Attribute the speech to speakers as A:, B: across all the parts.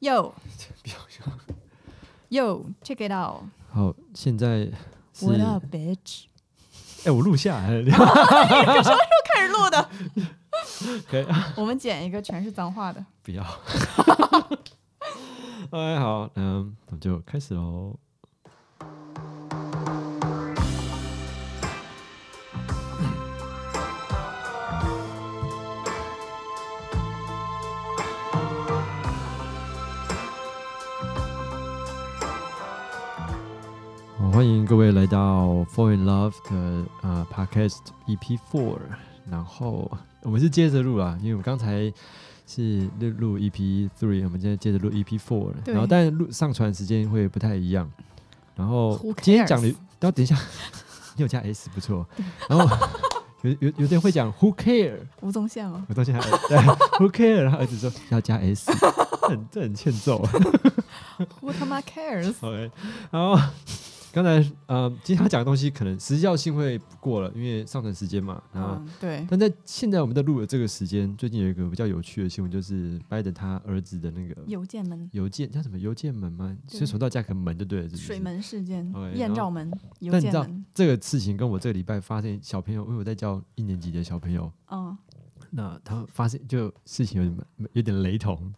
A: Yo
B: 不要笑。
A: Yo check it out
B: 好，现在是
A: what up bitch
B: 哎、我录下来了。
A: 开始录 的，
B: 可以
A: 我们剪一个全是脏话的。
B: 不要。哎，好，嗯，我们就开始喽。好欢迎各位来到《Fall in Love》的呃 Podcast EP Four，然后我们是接着录啊啦，因为我们刚才是录录 EP Three，我们现在接着录 EP Four，
A: 对
B: 然后但录上传时间会不太一样。然后
A: Who
B: 今天讲的
A: cares？，
B: 然后等一下，你有加 S 不错。然 后有有有点会讲 Who care，
A: 吴宗宪吗？
B: 我到现在还 对 Who care，然后儿子说要加 S，这很这很欠揍。啊
A: Who 他妈 cares？
B: OK，然后刚才呃，今天他讲的东西可能时效性会不过了，因为上传时间嘛。然后，
A: 嗯，对，
B: 但在现在我们在录的这个时间，最近有一个比较有趣的新闻，就是拜登他儿子的那个
A: 邮件门、
B: 邮件叫什么邮件门吗？
A: 对
B: 是传到价格门就对了，是不哦是
A: 水。门事件、
B: OK，
A: 艳照门、邮
B: 但你
A: 件
B: 知道
A: 门，
B: 这个事情跟我这个礼拜发现小朋友，因为我在教一年级的小朋友，
A: 嗯，
B: 那他发现就事情有点有点雷同，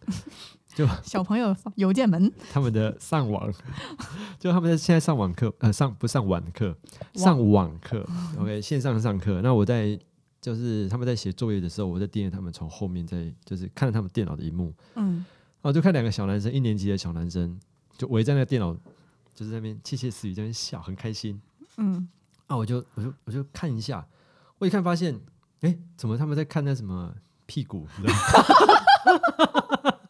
A: 小朋友发邮件门
B: 他们的上网， 就他们在现在上网课，呃，上不上晚课，上网课，OK，线上上课。那我在就是他们在写作业的时候，我在盯着他们从后面在就是看着他们电脑的荧幕，
A: 嗯，
B: 然后就看两个小男生，一年级的小男生就围在那个电脑，就是在那边窃窃私语，在那边笑，很开心。
A: 嗯，
B: 啊，我就我就我就看一下，我一看发现，哎，怎么他们在看那什么屁股？你知道吗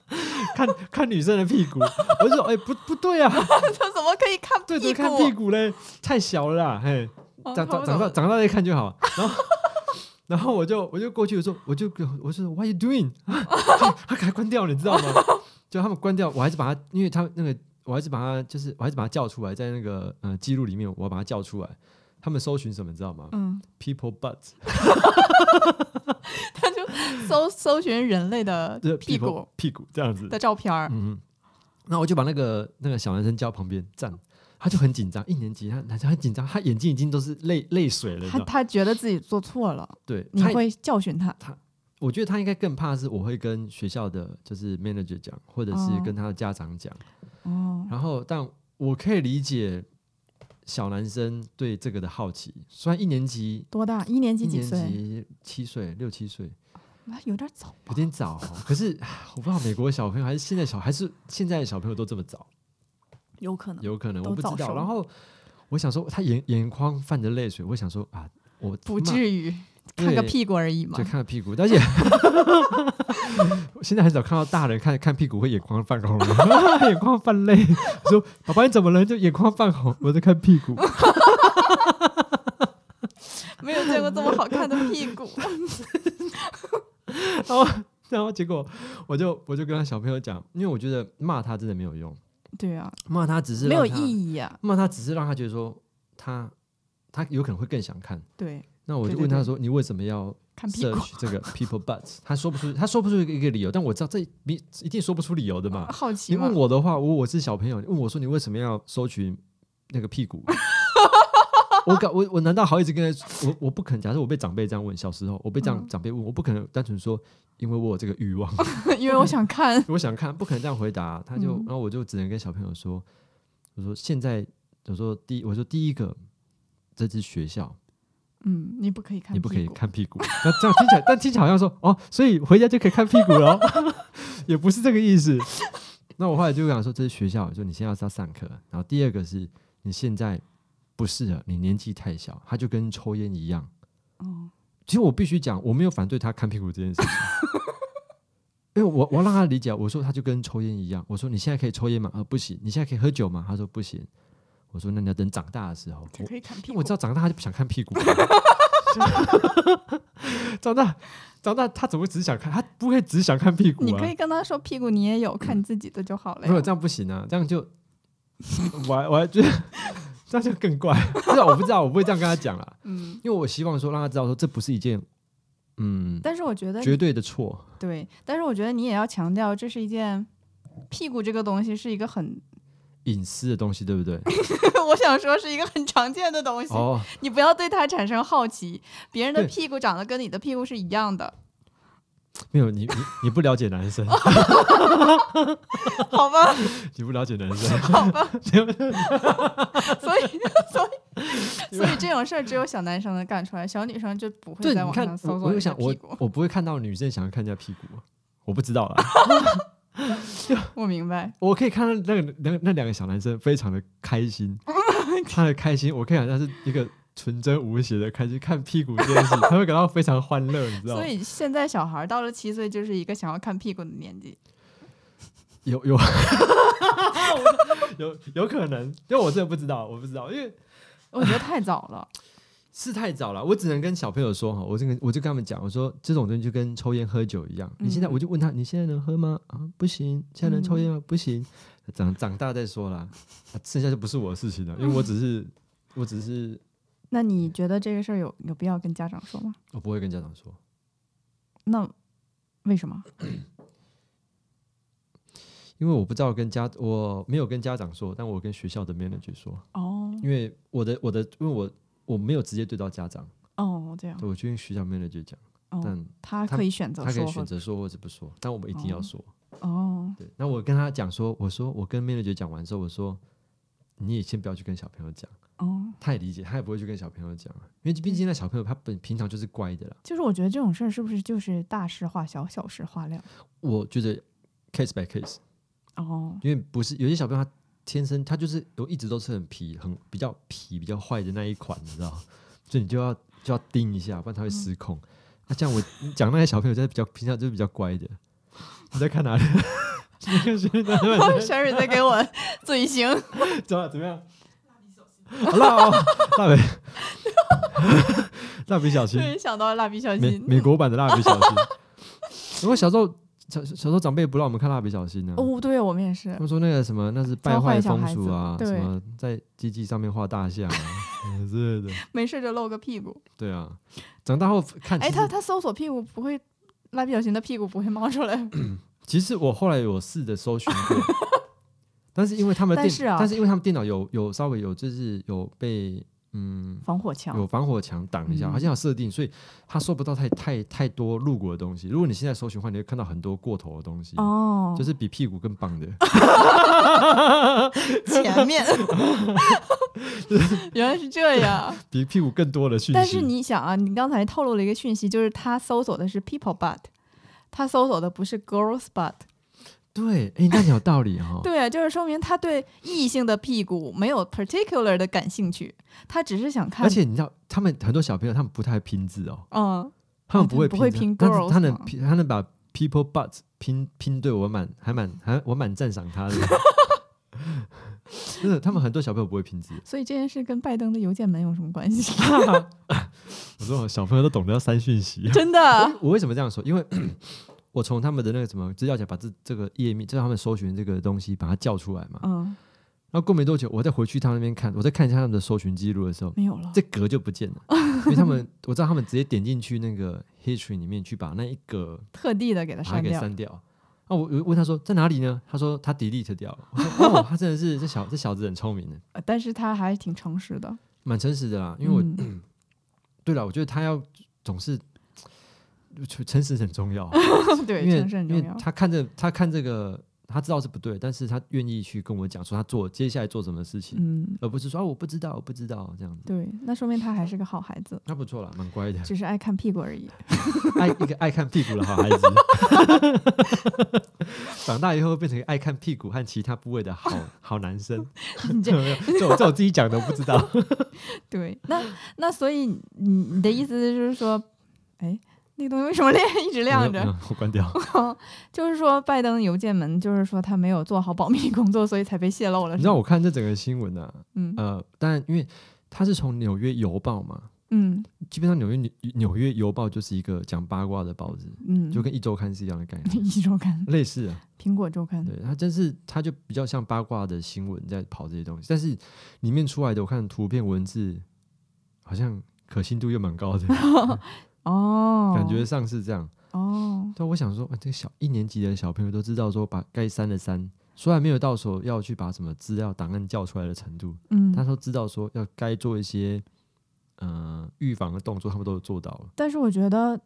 B: 看看女生的屁股，我就说，哎，不不对啊，
A: 这怎么可以看
B: 对
A: 屁
B: 对，
A: 股？
B: 看屁股嘞，太小了啦，嘿，
A: 哦
B: 长
A: 看不
B: 长长大
A: 懂
B: 长大再看就好。然后 然后我就我就过去，我说我就我就说 What are you doing？啊他他赶快关掉了，你知道 吗？就他们关掉，我还是把他，因为他那个我还是把他，就是我还是把他叫出来，在那个呃记录里面，我要把他叫出来。他们搜寻什么，你知道吗
A: 嗯，
B: ？People butt，
A: 他就搜搜寻人类的
B: 就是
A: 屁
B: 呃 people-
A: 股
B: 屁股这样子。
A: 的照片儿，
B: 嗯，嗯，那我就把那个那个小男生叫旁边站，他就很紧张，一年级他他很紧张，他眼睛已经都是泪泪水了，你知
A: 他
B: 道吗？
A: 他觉得自己做错了，
B: 对，
A: 你
B: 他
A: 会教训他。
B: 我觉得他应该更怕是我会跟学校的就是 manager 讲，或者是
A: 哦
B: 跟他的家长讲。
A: 哦，
B: 然后，但我可以理解小男生对这个的好奇。虽然一年级，
A: 多大？一年
B: 一
A: 级几
B: 年
A: 岁？
B: 级七岁、六七岁
A: 啊有点早吧
B: 有点早、哦，可是唉我不知道美国小朋友还是现在小还是现在的小朋友都这么早，
A: 有可能。
B: 有可能
A: 都
B: 我不知
A: 早熟
B: 道。然后我想说，他眼眼眶泛着泪水，我想说啊，我
A: 不
B: 骂
A: 至于，看个
B: 对
A: 屁股而已嘛
B: 就。看屁股，而 且我现在很少看到大人看看屁股会眼眶泛红了， 眼眶泛泪，说爸爸你怎么了？就眼眶泛红，我在看屁股。
A: 没有见过这么好看的屁 股。
B: 然后然后结果我就我就跟他小朋友讲，因为我觉得骂他真的没有用，
A: 对啊，
B: 骂他只是
A: 没有
B: 义，
A: 意义啊。
B: 骂他只是让他觉得说他他有可能会更想看。
A: 对，
B: 那我就
A: 对对
B: 问他
A: 对
B: 说：“你为什么要
A: 看屁股
B: search 这个 people butt？” 他说不出，他说不出一个一个理由，但我知道这一一定说不出理由的嘛。
A: 好奇
B: 你
A: 嘛
B: 问？我的话，我我是小朋友，你问我说你为什么要搜寻那 个屁股？我敢，我我难道好意思跟他？我我不肯。假设我被长辈这样问，小时候我被这样
A: 嗯
B: 长辈问，我不可能单纯说因为我有这个欲望，
A: 因为我想看。
B: 我想看，不可能这样回答、他就，
A: 嗯
B: 然后我就只能跟小朋友说，我说现在，我说第，我说第一个，这是学校，
A: 嗯，你不可以看，
B: 你不可以。看屁股。那这样听起来，但听起来好像说哦，所以回家就可以看屁股了哦、 也不是这个意思。那我后来就想说，这是学校，就你现在要上课。然后第二个是你现在不适合，你年纪太小，他就跟抽烟一样。
A: 哦，
B: 其实我必须讲，我没有反对他看屁股这件事情，因为我我让他理解，我说他就跟抽烟一样，我说你现在可以抽烟吗？呃，不行。你现在可以喝酒吗？他说不行。我说那你要等长大的时候，
A: 才可以看屁
B: 因
A: 股。
B: 为我知道长大他就不想看屁股，长大长大他怎么会只想看？他不会只想看屁股
A: 你
B: 啊嗯
A: 可？以跟他说屁股你也有，看你自己的就好了
B: 没有
A: 呀。
B: 这样不行啊，这样就我还我还觉得这样就更怪。不是啊我不知道，我不会这样跟他讲啦，
A: 嗯，
B: 因为我希望说让他知道说这不是一件嗯
A: 但是我觉得
B: 绝对的错，
A: 对，但是我觉得你也要强调，这是一件屁股这个东西是一个很，
B: 隐私的东西，对不对？
A: 我想说是一个很常见的东西，
B: 哦，
A: 你不要对它产生好奇。别人的
B: 对
A: 屁股长得跟你的屁股是一样的，
B: 没有，你你你不了解男生，
A: 哦好吧？
B: 你不了解男生，
A: 好 吧， 所以所以所以这种事儿只有小男生能干出来，小女生就不会
B: 对，
A: 在
B: 你
A: 网
B: 看
A: 上，
B: 我
A: 搜索
B: 我
A: 你
B: 就
A: 的
B: 想，
A: 屁
B: 我
A: 股。
B: 我不会看到女生想要看人家屁股，啊我不知道啦。
A: 我明白，
B: 我可以看到那个那那两个小男生非常的 开心，他的开心，我可以想象是一个纯真无邪的开心，看屁股这 件事，他会感到非常欢乐，你知道吗
A: 所？以现在小孩儿到了七岁就是一个想要看屁股的年 纪。
B: 有 有有有可能，因为我真的不知道，我不知道，因为
A: 我觉得太早了，
B: 是太早了，我只能跟小朋友说哈，我这个我就跟他们讲，我说这种东西就跟抽烟喝酒一样，你现在
A: 嗯
B: 我就问他，你现在能喝吗？啊，不行，现在能抽烟吗？不行，长长大再说啦，啊剩下就不是我的事情了，因为我只是我只是
A: 那你觉得这个事儿有有必要跟家长说吗？
B: 我不会跟家长说，
A: 那为什么？
B: 因为我不知道跟家我没有跟家长说，但我跟学校的 manager 说，
A: 哦
B: 因为我的我的因为我我没有直接对到家长，
A: 哦，这样
B: 我就跟学校 manager 讲，
A: 哦，
B: 但
A: 他
B: 他
A: 可以选择
B: 他可
A: 说
B: 以选
A: 和
B: 择说或者不说，但我们一定要
A: 哦
B: 说。
A: 哦，
B: 对，那我跟他讲说，我说我跟 manager 讲完之后，我说你也先不要去跟小朋友讲，
A: 哦，
B: 他也理解，他也不会去跟小朋友讲啊，因为毕竟那小朋友他本平常就是乖的啦。
A: 就是我觉得这种事儿是不是就是大事化小，小事化了？
B: 我觉得 case by case，
A: 哦，
B: 因为不是有些小朋友他天生他就是都一直都是很皮、很比较皮、比较坏的那一款，你知道，所以你就要就要盯一下，不然他会失控。那、这样我你讲那些小朋友就是比较平常就是比较乖的，你在看哪里？ 你看谁在 那
A: Sherry 在给我 嘴型，
B: 怎么怎么样？哦蜡笔小新，蜡蜡笔，蜡笔小
A: 突
B: 新，
A: 然想到蜡笔小
B: 美
A: 新。
B: 美国版的蜡笔小新。 我小时候小小时候长辈不让我们看蜡笔小新呢、啊
A: 哦，对我们也是
B: 他，们说那个什么那是败
A: 教坏
B: 坏
A: 小
B: 风
A: 孩
B: 俗
A: 子
B: 啊，
A: 对
B: 什么在机器上面画大 象啊嗯之类的。
A: 没事就露个屁股。
B: 对啊，长大后看，
A: 哎，
B: 其
A: 他
B: 实
A: 他搜索屁股不会，蜡笔小新的屁股不会冒出 来。
B: 其实我后来有试着搜寻过，但是因为他们的
A: 但
B: 电，
A: 是啊
B: 但是因为他们电脑有有稍微有就是有被嗯
A: 防火墙
B: 有防火墙挡一下，
A: 嗯
B: 好像有设定，所以它搜不到太太太多路过的东西。如果你现在搜寻的话，你会看到很多过头的东西，
A: 哦，
B: 就是比屁股更棒 的。
A: 前面，原来是这样。
B: 比屁股更多的讯息。
A: 但是你想啊，你刚才透露了一个讯息，就是他搜索的是 people butt，他搜索的不是 girls butt。
B: 对，哎，那你有道理哈、哦。
A: 对啊，就是说明他对异性的屁股没有 particular 的感兴趣，他只是想看。
B: 而且你知道，他们很多小朋友他们不太拼字哦，
A: 嗯，
B: 他们
A: 他
B: 不会
A: 们不会
B: 字
A: 拼
B: 但是
A: girls
B: 他能
A: 吗
B: 拼，他能把 people but 拼拼对我蛮还蛮还我蛮赞赏他的。 真的，他们很多小朋友不会拼字。
A: 所以这件事跟拜登的邮件门有什么关系？
B: 我说小朋友都懂得要删讯息。
A: 真的，
B: 我为什么这样说？因为 我从他们的那个什么资料夹把这这个页面，就是他们搜寻这个东西，把它叫出来嘛。
A: 嗯，
B: 然后过没多久，我再回去他们那边看，我再看一下他们的搜寻记录的时候，
A: 没有了。
B: 这格就不见了，因为他们我知道他们直接点进去那个 history 里面去把那一格
A: 特地的给他
B: 把它
A: 删
B: 给
A: 掉。
B: 删掉。啊，我我问他说在哪里呢？他说他 delete 掉了。 我说哦，他真的是这小这小子很聪明的，
A: 呃但是他还挺诚实的，
B: 蛮诚实的啦。因为我、
A: 嗯
B: 对了，我觉得他要总是诚实很重要。啊
A: 对
B: 嗯因为
A: 诚实很
B: 因
A: 重
B: 为
A: 要。
B: 他看这他看这个，他知道是不对，但是他愿意去跟我讲说他做接下来做什么事情，
A: 嗯，
B: 而不是说、啊、我不知道，我不知道这样子。
A: 对，那说明他还是个好孩子，
B: 那不错啦，蛮乖的，
A: 只是爱看屁股而 已。
B: 爱一个爱看屁股的好孩子。 长大以后会变成一个爱看屁股和其他部位的好好男生。
A: 你这
B: 这我这我自己讲的，我不知道。
A: 对，那那所以你你的意思就是说，哎，那个东西为什么亮一直亮着？
B: 嗯，我关掉。
A: 就是说拜登邮件门，就是说他没有做好保密工作，所以才被泄露了。
B: 你
A: 是
B: 知道
A: 吗
B: 我看这整个新闻啊，
A: 嗯
B: 呃，当然因为他是从《纽约邮报》嘛，
A: 嗯
B: 基本上纽约纽纽约邮报就是一个讲八卦的报纸，
A: 嗯，
B: 就跟一周刊是一样的概念，
A: 一周刊、
B: 类似啊。
A: 苹果周刊，
B: 对，它真是它就比较像八卦的新闻在跑这些东西，但是里面出来的我看图片文字，好像可信度又蛮高的，
A: 哦，
B: 感觉上是这样。
A: 哦，
B: 哎但我想说，啊、这个小一年级的小朋友都知道说把该删的删，虽然没有到说要去把什么资料档案叫出来的程度，
A: 嗯
B: 他，都知道说要该做一些呃预防的动作，他们都做到了。
A: 但是我觉得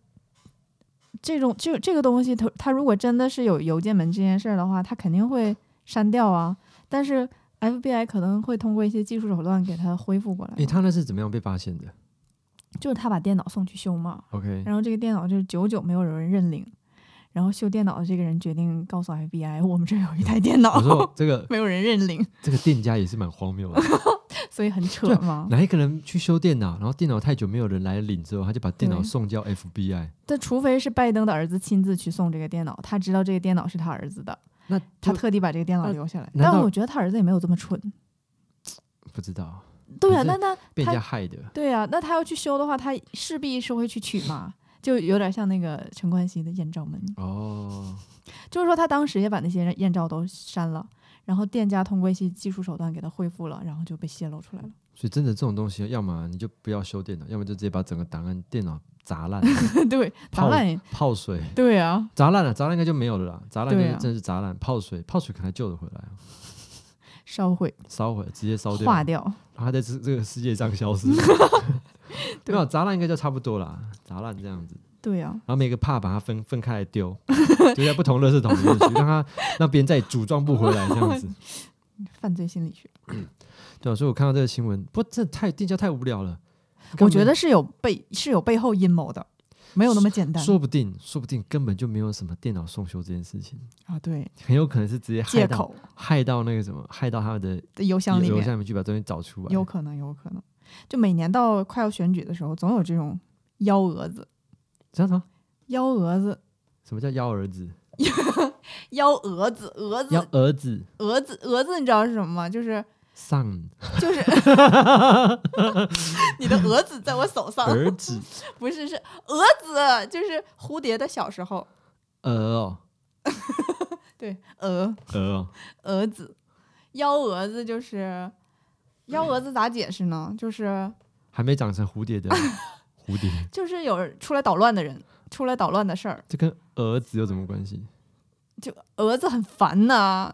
A: 这种就这个东西，它它如果真的是有邮件门这件事儿的话，它肯定会删掉啊。但是 FBI 可能会通过一些技术手段给它恢复过来嘛，
B: 诶，他那是怎么样被发现的
A: 就是他把电脑送去修嘛，
B: ？OK，
A: 然后这个电脑就是久久没有人认领，然后修电脑的这个人决定告诉 FBI，我们这儿有一台电
B: 我说
A: 脑
B: 这个
A: 没有人认领，
B: 这个店家也是蛮荒 谬的，
A: 所以很扯
B: 对
A: 嘛。
B: 哪一个人去修电脑，然后电脑太久没有人来领之后，他就把电脑
A: 对
B: 送交 FBI，
A: 但除非是拜登的儿子亲自去送这个电脑，他知道这个电脑是他儿子的，
B: 那
A: 他
B: 就
A: 特地把这个电脑
B: 那
A: 留下来。
B: 难
A: 但
B: 道
A: 我觉得他儿子也没有这么蠢。
B: 不知道
A: 对呀、
B: 可
A: 那
B: 是
A: 那
B: 被人
A: 他
B: 家害的。
A: 对呀、那他要去修的话，他势必是会去取嘛，就有点像那个陈冠希的艳照门，
B: 哦，
A: 就是说他当时也把那些艳照都删了，然后店家通过一些技术手段给他恢复了，然后就被泄露出来了。
B: 所以真的这种东西，要么你就不要修电脑，要么就直接把整个档案电脑 砸烂、
A: 对，
B: 泡
A: 砸烂也，
B: 泡水、
A: 对啊，
B: 砸烂了，砸烂应该就没有了啦。砸烂就
A: 对
B: 是
A: 啊
B: 真的是砸烂，泡水，泡水可能还救得回来啊，
A: 烧毁、
B: 烧毁直接烧掉，
A: 化
B: 然
A: 掉，
B: 后它在这这个世界上消失。
A: 对
B: 没有砸烂应该就差不多啦，砸烂这样子，
A: 对啊，
B: 然后每个帕把它分分开 来丢，就在不同垃圾桶里面去，让它让别人再也组装不回来这样子。
A: 犯罪心理学，
B: 对啊、所以我看到这个新闻，不，这太店家太无聊了。根
A: 我
B: 本
A: 觉得是有背是有背后阴谋的，没有那么简单
B: 说不定，说不定根本就没有什么电脑送修这件事情，
A: 啊。对，
B: 很有可能是直接害
A: 借
B: 到
A: 口
B: 害到那个什么，害到他们的
A: 的邮箱里
B: 邮邮
A: 面
B: 箱里面去把东西找出来。
A: 有可能，有可能，就每年到快要选举的时候，总有这种幺蛾子。
B: 这样什么？
A: 幺蛾子，
B: 什么叫幺儿子？
A: 幺蛾子，蛾
B: 幺
A: 子，
B: 儿子
A: 蛾子，蛾子，你知道是什么吗？就是
B: 上
A: 就是你的蛾子在我手上，
B: 儿子
A: 不是是蛾子，就是蝴蝶的小时候，
B: 鹅哦
A: 对，蛾
B: 鹅哦，
A: 蛾子，幺蛾子就是幺蛾子咋解释呢？就是
B: 还没长成蝴蝶 的蝴蝶，
A: 就是有人出来捣乱的人，出来捣乱的事儿，
B: 这跟儿子有什么关系？
A: 就蛾子很烦呐、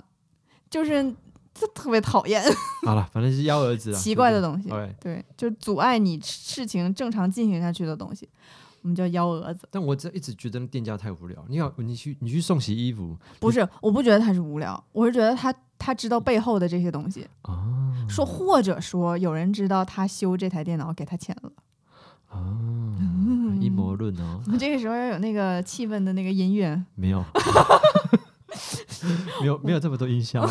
A: 就是这特别讨厌，
B: 好了，反正是幺儿子啊，
A: 奇怪的东西。
B: OK，
A: 对，就阻碍你事情正常进行下去的东西，我们叫幺蛾子。
B: 但我这一直觉得店家太无聊。你要你去你去送洗衣服
A: 不是，我不觉得他是无聊，我是觉得他他知道背后的这些东西，
B: 啊
A: 说或者说有人知道他修这台电脑给他钱 了。
B: 啊，
A: 嗯
B: 阴谋论哦，
A: 我们这个时候要有那个气氛的那个音乐，
B: 没有， 没有没有这么多音效。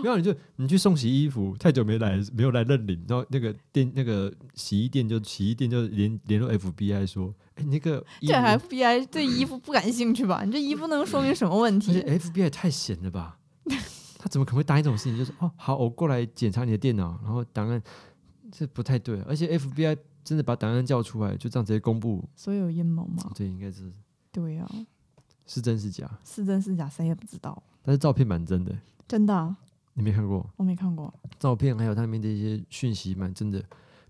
B: 没有，你就你去送洗衣服，太久没来，没有来认领，然后那个店那个洗衣店就洗衣店就联联络 FBI 说，哎，你那个衣
A: 这
B: 服
A: FBI 对衣服不感兴趣 吧？你这衣服能说明什么问
B: 而且
A: 题？
B: FBI 也太闲了吧？他怎么可能会答应这种事情？就是哦，好，我过来检查你的电脑，然后档案这不太对啊。而且 FBI 真的把档案叫出来，就这样直接公布，
A: 所有阴谋嘛，
B: 这应该是
A: 对呀、
B: 是真是假？
A: 是真是假谁也不知道，
B: 但是照片蛮真的，
A: 真的啊
B: 你没看过？
A: 我没看过。
B: 照片还有它里面的一些讯息蛮真的，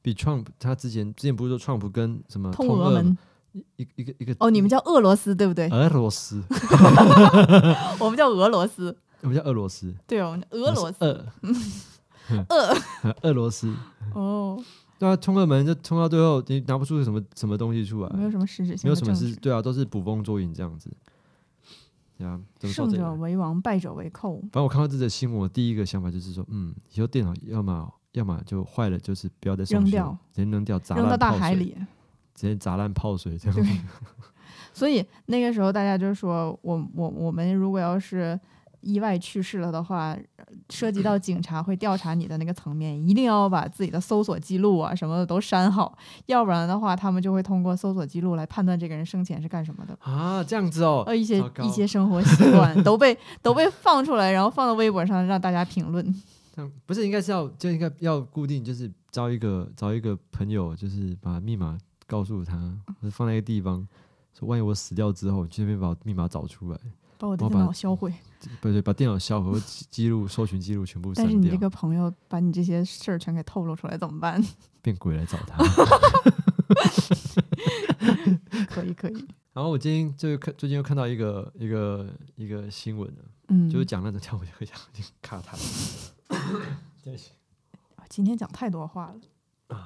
B: 比 Trump 他之前之前不是说 Trump 跟什么
A: 通
B: 呃俄
A: 俄门
B: 一一一个一个
A: 哦，你们叫俄罗斯对不对？
B: 俄罗斯，
A: 我们叫俄罗斯，
B: 我们叫俄罗斯，
A: 对哦，俄罗斯，
B: 俄俄 俄罗斯，
A: 哦，
B: 对啊，通俄门就通到最后，你拿不出什么什么东西出来，
A: 没有什么实质性
B: 没有
A: 的
B: 什么
A: 证据
B: 是，。对啊，都是捕风捉影这样子。对啊，怎么说
A: 胜
B: 这
A: 者
B: 个？
A: 为王，败者为寇。
B: 反正我看到这则新闻，我第一个想法就是说，嗯，以后电脑要么要么就坏了，就是不要再送
A: 扔
B: 修
A: 掉，
B: 直接扔掉，砸烂
A: 扔到大
B: 泡
A: 海
B: 水，
A: 里。
B: 直接砸烂泡水这样
A: 对
B: 子。
A: 所以那个时候大家就说，我我我们如果要是意外去世了的话，呃涉及到警察会调查你的那个层面，一定要把自己的搜索记录啊什么的都删好，要不然的话，他们就会通过搜索记录来判断这个人生前是干什么的。
B: 啊，这样子哦，
A: 呃，一些
B: 糟糕
A: 一些生活习惯都 被都被放出来，然后放到微博上让大家评论。
B: 这样不是应该是要就应该要固定，就是招一个找一个朋友，就是把密码告诉他，或
A: 嗯
B: 者放在一个地方，说万一我死掉之后，你去那边把密码找出来，
A: 把我的
B: 我
A: 电
B: 把
A: 脑销毁，
B: 不对，把电脑销毁，或记记录搜寻记录全部删
A: 但是
B: 掉。
A: 你这个朋友把你这些事儿全给透露出来怎么办？
B: 变鬼来找他。
A: 可以可以，
B: 然后我今天就看最近又看到一个一个一个新闻了，啊
A: 嗯，
B: 就是讲那种跳，我就会想就卡他。对不起
A: 今天讲太多话了。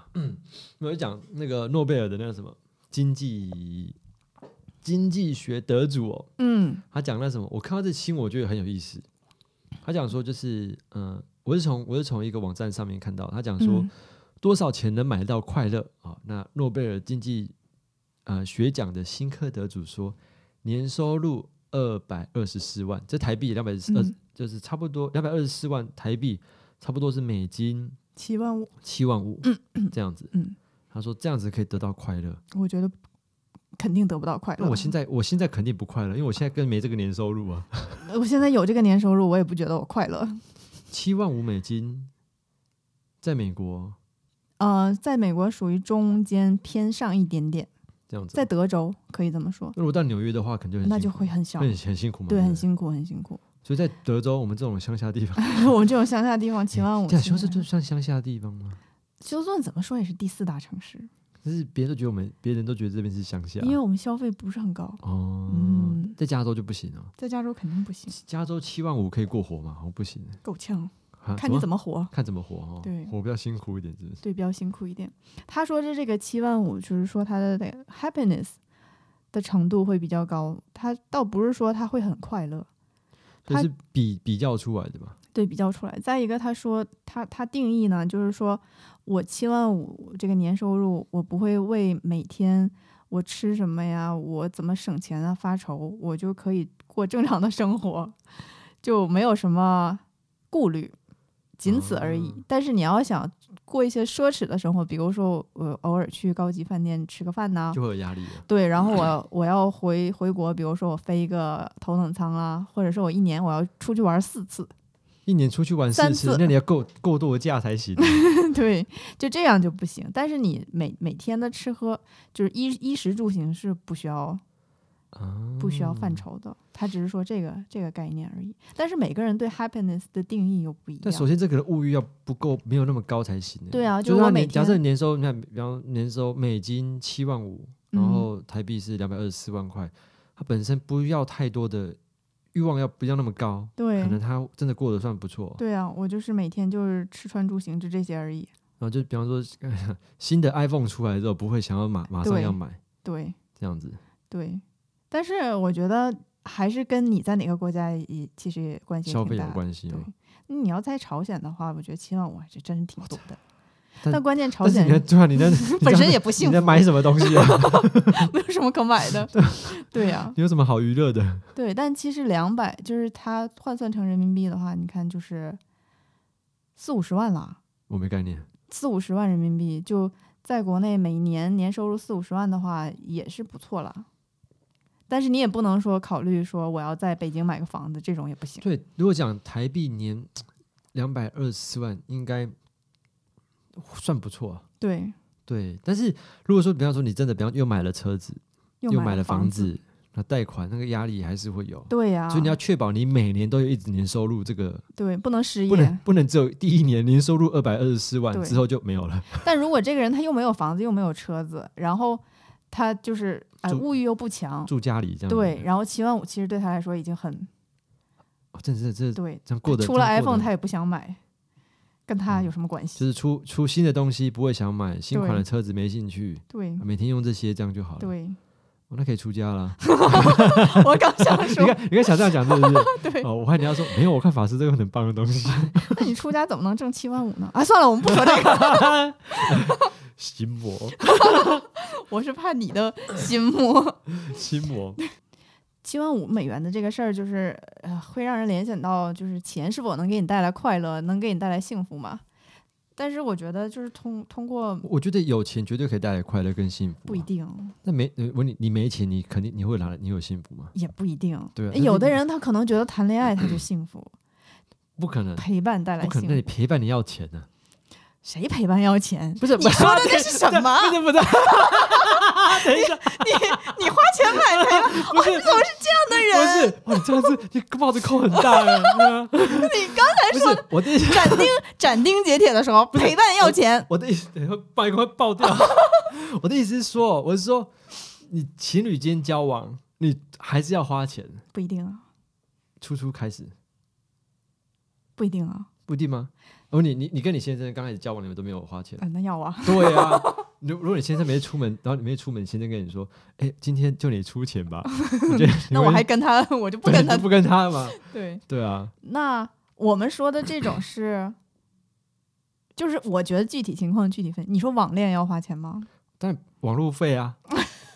B: 没有讲那个诺贝尔的那个什么经济经济学得主哦，
A: 嗯
B: 他讲那什么，我看到这新闻我觉得很有意思。他讲说就是，嗯、我是从我是从一个网站上面看到，他讲说、
A: 嗯
B: 多少钱能买到快乐啊、那诺贝尔经济呃学奖的新科得主说，年收入二百二十四万，这台币两百二
A: 嗯，
B: 就是差不多两百二十四万台币，差不多是美金
A: 七万五，
B: 七万五、这样子。
A: 嗯哦
B: 他说这样子可以得到快乐。
A: 我觉得肯定得不到快乐。
B: 那我现在我现在肯定不快乐，因为我现在跟没这个年收入啊，
A: 我现在有这个年收入，我也不觉得我快乐。
B: 七万五美金，在美国
A: 呃，在美国属于中间偏上一点点，
B: 这样子。
A: 在德州可以这么说，
B: 那如果到纽约的话，肯定很
A: 那就
B: 辛苦
A: 会很小，
B: 会很很辛苦嘛，
A: 对，
B: 不
A: 很辛苦，很辛苦。
B: 所以在德州，我们这种乡下地方，
A: 我们这种乡下地方，七万五，
B: 这样
A: 七
B: 休
A: 万
B: 斯顿算乡下地方吗？
A: 休斯顿怎么说也是第四大城市，
B: 就是别人都觉得我们，别人都觉得这边是乡下
A: 因为我们消费不是很高，
B: 哦。
A: 嗯
B: 在加州就不行啊，
A: 在加州肯定不行，
B: 加州七万五可以过活吗？我不行，
A: 够呛，
B: 啊
A: 看你
B: 什
A: 怎么活。
B: 看怎么活哦，
A: 对
B: 活比较辛苦一点，是不是？
A: 对，比较辛苦一点。他说的这个七万五，就是说他的那个 happiness 的程度会比较高，他倒不是说他会很快乐，
B: 所以
A: 他
B: 是比比较出来的嘛，
A: 对比较出来。再一个，他说他他定义呢，就是说我七万五这个年收入，我不会为每天我吃什么呀，我怎么省钱啊发愁，我就可以过正常的生活，就没有什么顾虑，仅此而已。
B: 哦
A: 但是你要想过一些奢侈的生活，比如说我偶尔去高级饭店吃个饭呐、
B: 就会有压力了。
A: 对，然后我我要回回国，比如说我飞一个头等舱啦，或者是我一年我要出去玩四次，
B: 一年出去玩四
A: 三
B: 次
A: 次，
B: 那你要够够多假才行。啊
A: 对，就这样就不行。但是你每每天的吃喝，就是衣衣食住行是不需要
B: 啊
A: 不需要范畴的，他只是说这个这个概念而已。但是每个人对 happiness 的定义又不一
B: 但首
A: 样。
B: 先，这可能物欲要不够，没有那么高才行欸。
A: 对啊
B: 就
A: 就是我
B: 他
A: 每
B: 年假设
A: 天
B: 你年收，你看，比方年收美金七万五，然
A: 嗯
B: 后台币是两百二十四万块，他本身不要太多的欲望，要不要那么高？
A: 对
B: 可能他真的过得算不错。
A: 对啊，我就是每天就是吃穿住行就这些而已。
B: 然后就比方说， 新的 iPhone 出来之后，不会想要马马上
A: 对
B: 要买
A: 对
B: 这样子。
A: 对，但是我觉得还是跟你在哪个国家也其实也关系也
B: 消
A: 挺
B: 费有
A: 大的
B: 关系哦
A: 对，你要在朝鲜的话，我觉得七万五还是真是挺多的。
B: 但
A: 但关键朝
B: 但是
A: 鲜
B: 你看，
A: 人
B: 对啊，你在
A: 本身也不幸
B: 你在
A: 福
B: 买什么东西啊？
A: 没有什么可买的。对啊呀、
B: 你有什么好娱乐的？
A: 对，但其实两百就是它换算成人民币的话，你看就是四五十万了，
B: 我没概念。
A: 四五十万人民币就在国内每年年收入四五十万的话也是不错了。但是你也不能说考虑说我要在北京买个房子，这种也不行。
B: 对，如果讲台币年两百二十四万，应该算不错、啊。
A: 对，
B: 对，但是如果说，比方说你真的，比方又买了车子，
A: 又
B: 又
A: 买
B: 买了
A: 房
B: 房，子，那贷款那个压力还是会有。
A: 对啊呀、
B: 所以你要确保你每年都有一整年收入，这个
A: 对不能失
B: 不能
A: 业。
B: 不能只有第一年年收入二百二十四万
A: 对
B: 之后就没有了。
A: 但如果这个人他又没有房子，又没有车子，然后他就是呃
B: 住
A: 物欲又不强，
B: 住家里这样子，
A: 对，然后七万五其实对他来说已经很
B: 哦，真的这这
A: 对，
B: 这样过得嗯
A: 除了
B: 这样过
A: iPhone
B: 得
A: 他也不想买，跟他有什么关系？
B: 就是出出新的东西不会想买，新款
A: 对
B: 的车子没兴趣，
A: 对
B: 每天用这些这样就好了。
A: 对，
B: 哦，那可以出家了。
A: 我刚 想
B: 你
A: 说，
B: 看，你看，想这样讲是不是？
A: 对，
B: 哦，我看你要说没有，我看法师这个很棒的东西，
A: 那你出家怎么能挣七万五呢？啊，算了，我们不说这个，
B: 心魔，
A: 我是怕你的心魔。
B: 心魔，
A: 七万五美元的这个事儿，就是呃，会让人联想到，就是钱是否能给你带来快乐，能给你带来幸福嘛？但是我觉得，就是通通过
B: 我觉得有钱绝对可以带来快乐跟幸福、啊
A: 不一。定，
B: 那没呃我你你没钱，你肯定你会拿来你有幸福吗？
A: 也不一定。
B: 对啊但是
A: 有的
B: 你
A: 人他可能觉得谈恋爱他就幸 福，
B: 不可能，
A: 陪伴带来
B: 不可
A: 幸
B: 能。那你
A: 福。
B: 陪伴你要钱呢、
A: 谁陪伴要钱？
B: 不是
A: 你说的这是什么？
B: 不是不是， 等一下，
A: 你花钱买陪伴，
B: 不是
A: 哦怎么是这样的人？
B: 不是，哇，你这样子你帽子扣很大了、啊。
A: 你刚才
B: 不是我的 意思，
A: 斩钉斩钉截铁的说陪伴要钱，
B: 我的意思， 等一下爆一块 爆掉。我的意思是说，我是说，你情侣间交往，你还是要花钱。
A: 不一定啊。
B: 初初开始？
A: 不一定啊，
B: 不一定吗？哦，你你你跟你先生刚开始交往，你们都没有花钱
A: 啊、。那要啊，
B: 对啊，如如果你先生没出门，然后你没出门，先生跟你说：“哎、今天就你出钱 吧。”我觉得你
A: 那我
B: 会
A: 还跟他， 我就不
B: 对
A: 跟他
B: 就不跟他嘛？
A: 对。
B: 对啊，
A: 那我们说的这种是，就是我觉得具体情况具体分。你说网恋要花钱吗？
B: 但网路费啊，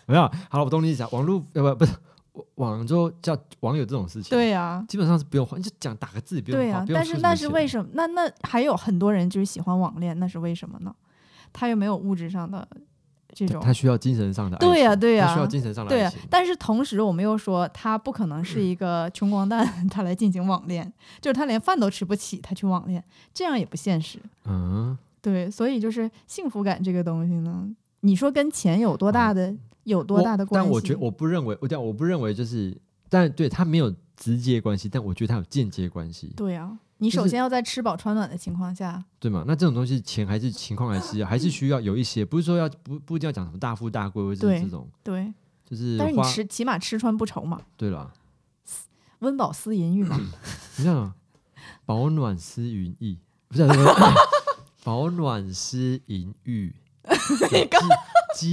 B: 没有好了，我懂你意思啊。网路呃不不是网就叫网友这种事情，
A: 对，呀、
B: 基本上是不用花，你就讲打个字不用花，
A: 对呀、啊
B: 不用
A: 但
B: 出
A: 是
B: 什
A: 那
B: 么
A: 是
B: 钱
A: 为什么？那那还有很多人就是喜欢网恋，那是为什么呢？他又没有物质上的这种
B: 他，需要精神上的爱情，
A: 对呀、对呀、
B: 他需要精神上的
A: 对
B: 爱
A: 呀
B: 情。
A: 但是同时，我们又说他不可能
B: 嗯
A: 是一个穷光蛋， 他来进行网恋，就是他连饭都吃不起，他去网恋，这样也不现实。
B: 嗯，
A: 对，所以就是幸福感这个东西呢，你说跟钱有多大的、有多
B: 嗯我
A: 大的关系？
B: 但我觉我不认为，我讲我不认为就是，但对他没有直接关系，但我觉得他有间接关系，
A: 对啊，你
B: 就
A: 首
B: 是
A: 先要在吃饱穿暖的情况下，
B: 对吗？那这种东西钱还是情况还是还是需要有一些，不是说要不不一定要讲什么大富大贵或者
A: 对
B: 是这种，
A: 对，
B: 就是
A: 但是你
B: 花
A: 吃起码吃穿不愁嘛，
B: 对了，
A: 温饱思淫欲 嘛，
B: 你看啊，保暖思淫逸，不是、不是 保暖思淫 欲，对饥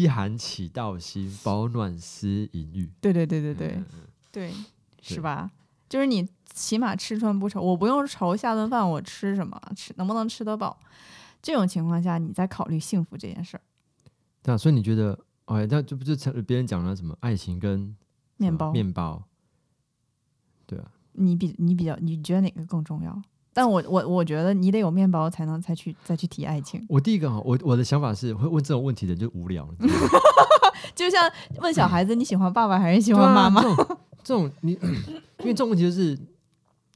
B: 饥寒起盗心，保暖思淫欲，
A: 对对对对对
B: 嗯，嗯
A: 对，是
B: 对
A: 吧？就是你起码吃穿不愁，我不用愁下顿饭我吃什么，吃能不能吃得饱。这种情况下，你再考虑幸福这件事儿，
B: 对啊，所以你觉得，哎，那这不就成别人讲了什么爱情跟什
A: 面
B: 么
A: 包，
B: 嗯面包，对啊，
A: 你比你比较，你觉得哪个更重要？但我我我觉得你得有面包才能才去再去提爱情，
B: 我第一个啊，我我的想法是会问这种问题的人就无聊，你知道吗
A: 就像问小孩子你喜欢爸爸 还是喜
B: 对
A: 欢妈
B: 啊，
A: 妈，
B: 这种这种你，因为这种问题就是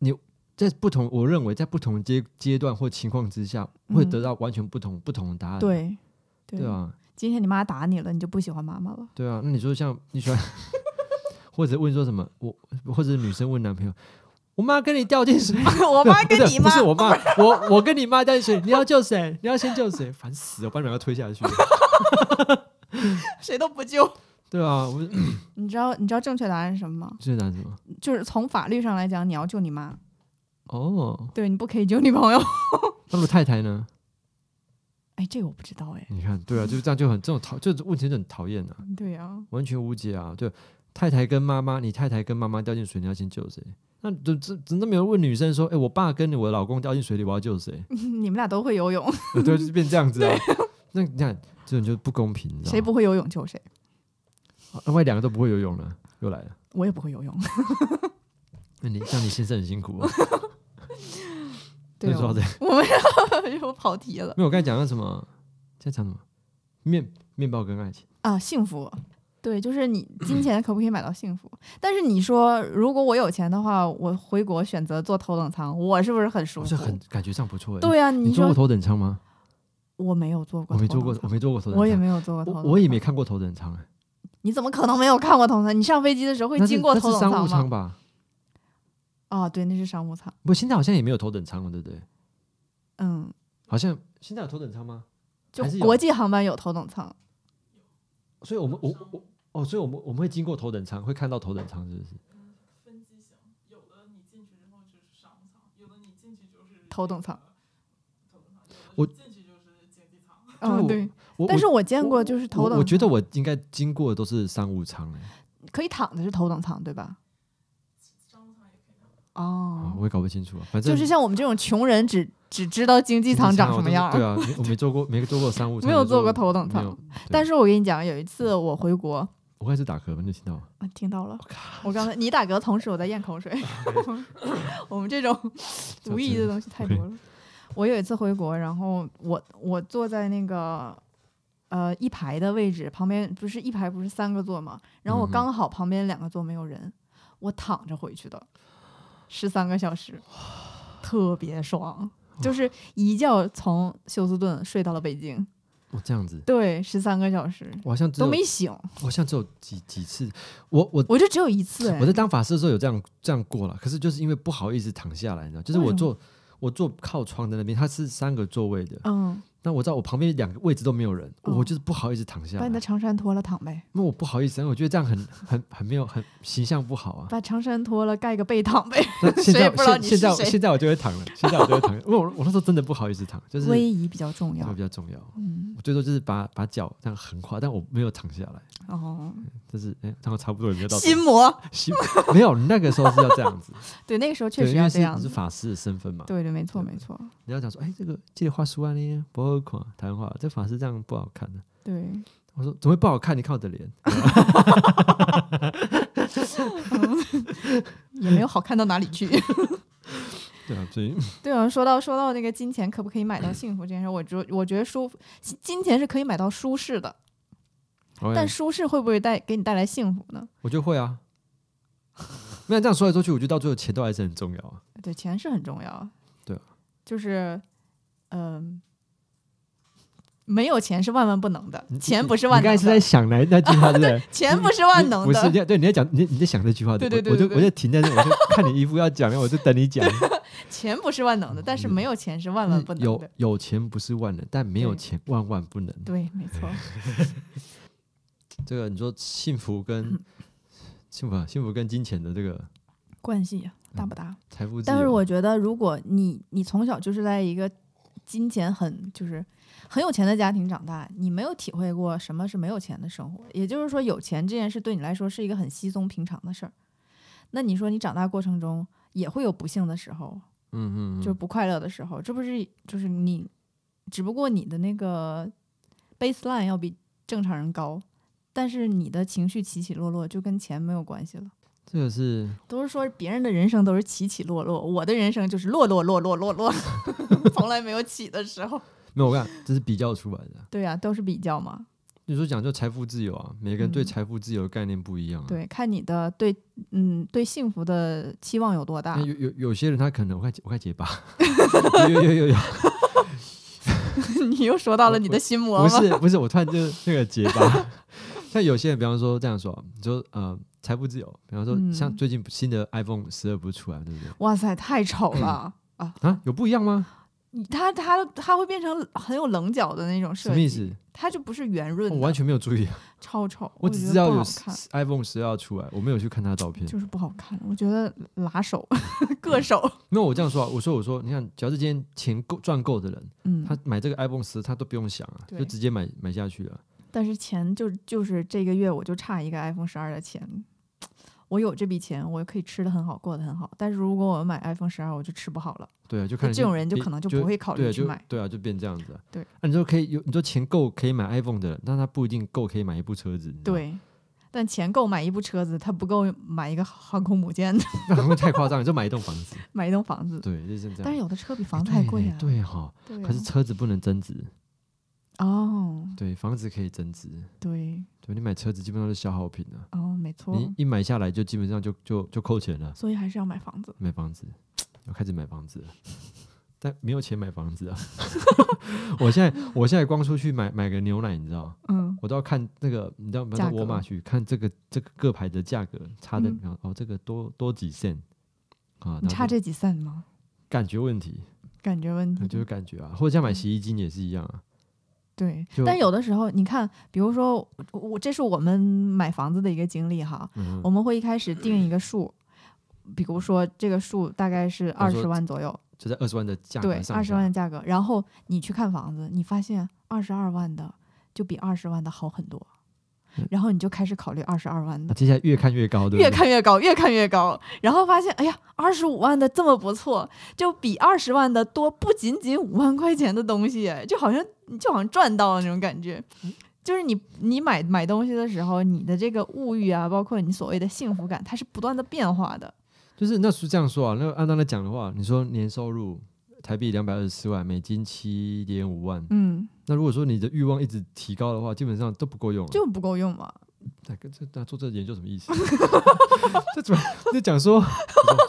B: 你在不同，我认为在不同阶阶段或情况之下，会
A: 嗯
B: 得到完全不同不同的答案，
A: 对
B: 啊对啊，
A: 今天你妈打你了，你就不喜欢妈妈了。
B: 对啊，那你说像你喜欢， 或者问说什么，我或者女生问男朋友，我妈跟你掉进水，
A: 我妈
B: 不
A: 跟
B: 是
A: 你妈
B: 啊不是我妈，我我跟你妈掉进水，你要救谁？你要先救谁？烦死了，我把你们两个推下去。
A: 谁都不救。
B: 对啊，我是
A: 你知道你知道正确答案是什么吗？
B: 这男什么？
A: 就是从法律上来讲，你要救你妈，
B: 哦，
A: 对你不可以救女朋友。
B: 那么太太呢？
A: 哎，这个我不知道哎。
B: 你看，对啊，就是这样，就很这种讨，就是问题就很讨厌啊，
A: 嗯对呀、
B: 完全无解啊。对，太太跟妈妈，你太太跟妈妈掉进水，你要先救谁？那就真真的没有人问女生说，哎、我爸跟我老公掉进水里，我要救谁？
A: 你们俩都会游泳，
B: 对，就是变这样子啊。那你看，这种就不公平，你知道吗
A: 谁？不会游泳救谁。
B: 啊另外两个都不会游泳了，又来了。
A: 我也不会游泳。
B: 那你像你先生很辛苦、哦。
A: 对、
B: 说到
A: 哦
B: 这，，
A: 我 们要又跑题了
B: 没有，我刚才讲到什么？在讲什么？面面包跟爱情，
A: 啊！幸福，对，就是 你金钱可不可以买到幸福？但是你说，如果我有钱的话，我回国选择坐头等舱，我是不是很舒
B: 我
A: 服？
B: 是很感觉上不错、欸。，
A: 对呀、啊
B: 你
A: 你
B: 坐过
A: 说
B: 头等舱吗？
A: 我没有坐过，
B: 我没坐过，我，没坐过头等舱。
A: 我也没有坐过头
B: 我
A: 等舱，
B: 我也没看过头等舱、欸，
A: 你怎么可能没有看过头等舱？你上飞机的时候会
B: 那是
A: 经过头等
B: 那是商务
A: 舱吗
B: 舱？吧？
A: 啊，对，那是商务舱。
B: 不，现在好像也没有头等舱了，对不对？
A: 嗯，
B: 好像现在有头等舱吗？
A: 就
B: 还是有
A: 国际航班有头等舱，
B: 所以我们我我哦，所以我们我们会经过头等舱，会看到头等舱，是不是？
A: 头等舱。
B: 我
A: 嗯，对。
B: 我
A: 但是
B: 我
A: 我见过，就是头等
B: 我，我觉得我应该经过的都是商务舱、欸，
A: 可以躺的是头等舱，对吧？
B: 啊，
A: 哦，
B: 我也搞不清楚啊，反正
A: 就是像我们这种穷人只，只知道经济舱长什么样
B: 啊
A: 儿。
B: 对啊，没我没坐过，没坐过商务舱，
A: 没有
B: 也
A: 坐过头等舱
B: 没有。
A: 但是我跟你讲，有一次我回国，
B: 我开始打嗝，你有听到吗？
A: 啊听到了，我刚才你打嗝的同时，我在咽口水。
B: 啊
A: 我们这种
B: 这
A: 无意义的东西太多了。我有一次回国，然后我我坐在那个呃一排的位置，旁边不是一排不是三个座嘛，然后我
B: 嗯哼
A: 刚好旁边两个座没有人，我躺着回去的，十三个小时，特别爽，就是一觉从休斯顿睡到了北京，
B: 我哦这样子，
A: 对，十三个小时
B: 我好像只
A: 都
B: 有，
A: 没醒，
B: 我好像只有几几次，我我。
A: 我就只有一次、哎
B: 我在当法师的时候有这样这样过了，可是就是因为不好意思躺下来，你知道，就是
A: 为
B: 我
A: 什么
B: 坐我坐靠窗的那边，它是三个座位的，
A: 嗯
B: 但我知道我旁边两个位置都没有人，
C: 哦
B: 我就是不好意思躺下
C: 把
B: 来
C: 你的，长衫脱了躺呗，
B: 因为我不好意思，因为我觉得这样很很很没有很形象不好啊。
C: 把长衫脱了盖个被躺呗，
B: 那 现
C: 谁也
B: 在
C: 不知道
B: 现
C: 你
B: 现在
C: 是谁
B: 现在我就会躺了，现在我就会躺了，因为 我我那时候真的不好意思躺，就是
C: 威仪比较重
B: 这
C: 要
B: 个比。较重要。
C: 嗯，
B: 我最多就是把把脚这样横跨，但我没有躺下来，
C: 哦，
B: 就是哎，然后差不多也没有到
C: 心魔，
B: 心 没有那个时候是要这 样子，
C: 对，那个时候确
B: 对，
C: 实
B: 因
C: 要
B: 为
C: 这
B: 是
C: 样
B: 你是
C: 子。
B: 法师的身份嘛，
C: 对对，没错没错，
B: 你要讲说哎，这个记得画书啊呢，不好看，台湾话这法师这样不好看的、
C: 对。
B: 我说怎么会不好看？你看我的脸，
C: 也没有好看到哪里 去。
B: 对啊，所以
C: 对啊，说到说到那个金钱可不可以买到幸福这件事，我觉我觉得舒服，金钱是可以买到舒适的，
B: 我也
C: 但舒适会不会带给你带来幸福呢？
B: 我就会啊。那这样说来说去，我觉得到最后钱都还是很重要啊。
C: 对，钱是很重要。
B: 对啊，
C: 就是嗯、没有钱是万万不能的，钱不是
B: 你
C: 万
B: 应该
C: 能
B: 是在
C: 的，
B: 想来那句话，对不 对？
C: 钱不是万
B: 你
C: 能
B: 不是，
C: 的。
B: 对，你在讲，你你在想这句话，
C: 对
B: 我
C: 对对
B: 我
C: 对
B: 就
C: 对
B: 我就停在那，我就看你一副要讲，然后我就等 你讲。
C: 钱不是万能的，但是
B: 嗯
C: 没有钱是万万不能
B: 有
C: 的。
B: 有钱不是万能，但没有
C: 对
B: 钱万万不能。
C: 对，没错。
B: 嗯 这个你说幸 福跟幸福啊，幸福跟金钱的这个
C: 关
A: 啊
C: 系
B: 嗯
C: 大不大？
B: 财富自由，
A: 但是我觉得，如果你你从小就是在一个金钱很就是很有钱的家庭长大，你没有体会过什么是没有钱的生活，也就是说，有钱这件事对你来说是一个很稀松平常的事儿。那你说你长大过程中也会有不幸的时候，
B: 嗯嗯，嗯
A: 就是不快乐的时候，这不是就是你，只不过你的那个 baseline 要比正常人高，但是你的情绪起起落落就跟钱没有关系了。
B: 这个是
A: 都是说别人的人生都是起起落落，我的人生就是落落落落落 落，从来没有起的时候。
B: 没有我看，这是比较出来的。啊
A: 对呀、都是比较嘛。
B: 你说讲究财富自由啊，每个人对
A: 嗯
B: 财富自由的概念不一样啊。
A: 对，看你的对，嗯，对幸福的期望有多大
B: 那。有有有些人他可能我快我快结巴， 有有有有，
A: 你又说到了你的心魔
B: 不
A: 吗？
B: 是不是，我突然就那个结 巴。像有些人，比方说这样说，你说呃财富自由，比方说
A: 嗯
B: 像最近新的 iPhone 十二不是出来，对不对？
A: 哇塞，太丑 了！
B: 啊，有不一样吗？
A: 你它它它会变成很有棱角的那种
B: 什
A: 设
B: 么意
A: 计，
B: 思？
A: 它就不是圆润
B: 我
A: 的，
B: 哦完全没有注意，
A: 超丑。
B: 我
A: 我
B: 只
A: 觉
B: 知
A: 得
B: 道
A: 不
B: 有
A: 好看，
B: iPhone 十二出来，我没有去看它的照片。
A: 就是不好看。我觉得拉手、
B: 嗯
A: 硌手。
B: 没有，我这样说、啊，我说我说，你看，只要是今天钱够赚够的人，
A: 嗯，
B: 他买这个 iPhone 十，他都不用想啊，
A: 对
B: 就直接买买下去啊了。
A: 但是钱就就是这个月我就差一个 iPhone 十二的钱，我有这笔钱，我可以吃的很好，过得很好。但是如果我买 iPhone 十二，我就吃不好了。
B: 对啊，就看
A: 就这种人就
B: 别
A: 可能就不会考
B: 对
A: 虑
B: 啊，
A: 去
B: 就
A: 买。
B: 对啊，就变这样子、啊。
A: 对
B: 啊，你说可以有，你说钱够可以买 iPhone 的人，但他不一定够可以买一部车子。你知道吗，
A: 对，但钱够买一部车子，他不够买一个航空母舰，
B: 那可能会太夸张，你就买一栋房子。
A: 买一栋房子。
B: 对，就是这样。
A: 但是有的车比房子还
B: 对
A: 贵啊。
B: 对哈、
A: 对啊
B: 可是车子不能增值，
A: 哦，
B: 对，房子可以增值。
A: 对
B: 对你买车子基本上是消耗品啊，
A: 哦，没错。
B: 你一买下来就基本上就就就扣钱了。
A: 所以还是要买房子。
B: 买房子，要开始买房子了，但没有钱买房子啊！ 我现在我现在光出去买买个牛奶，你知道，
A: 嗯，
B: 我都要看那个，你知道，比方
A: 价
B: 说
A: 格
B: 沃尔玛去看这个这个各牌的价格差的，
A: 嗯
B: 比方哦，这个多多几 c 啊，
A: 你
B: 然后
A: 差
B: 就
A: 这几散吗？
B: 感觉问题，
A: 感觉问题
B: 就是感觉啊，或者像买洗衣精也是一样啊，
A: 对
B: 就，
A: 但有的时候你看，比如说我我这是我们买房子的一个经历哈，
B: 嗯
A: 我，们会一开始定一个数，比如说这个数大概是
B: 我
A: 二
B: 说
A: 十万左右，
B: 就在二十万的价格
A: 对
B: 上，下，
A: 二十万的价格。然后你去看房子，你发现二十二万的就比二十万的好很多
B: 嗯，
A: 然后你就开始考虑二十二万
B: 那
A: 的，
B: 接下来越看越高，对不对
A: 越看越高，越看越高，然后发现哎呀，二十五万的这么不错，就比二十万的多不仅仅五万块钱的东西，就好像就好像赚到了那种感觉。
B: 嗯
A: 就是你，你买买东西的时候，你的这个物欲啊，包括你所谓的幸福感，它是不断的变化的。
B: 就是那是这样说啊，那按照来讲的话，你说年收入台币两百二十四万，美金七点五万，
A: 嗯，
B: 那如果说你的欲望一直提高的话，基本上都不够用了。
A: 就不够用嘛。
B: 哎跟这那做这研究什么意思？ 这怎么就讲说，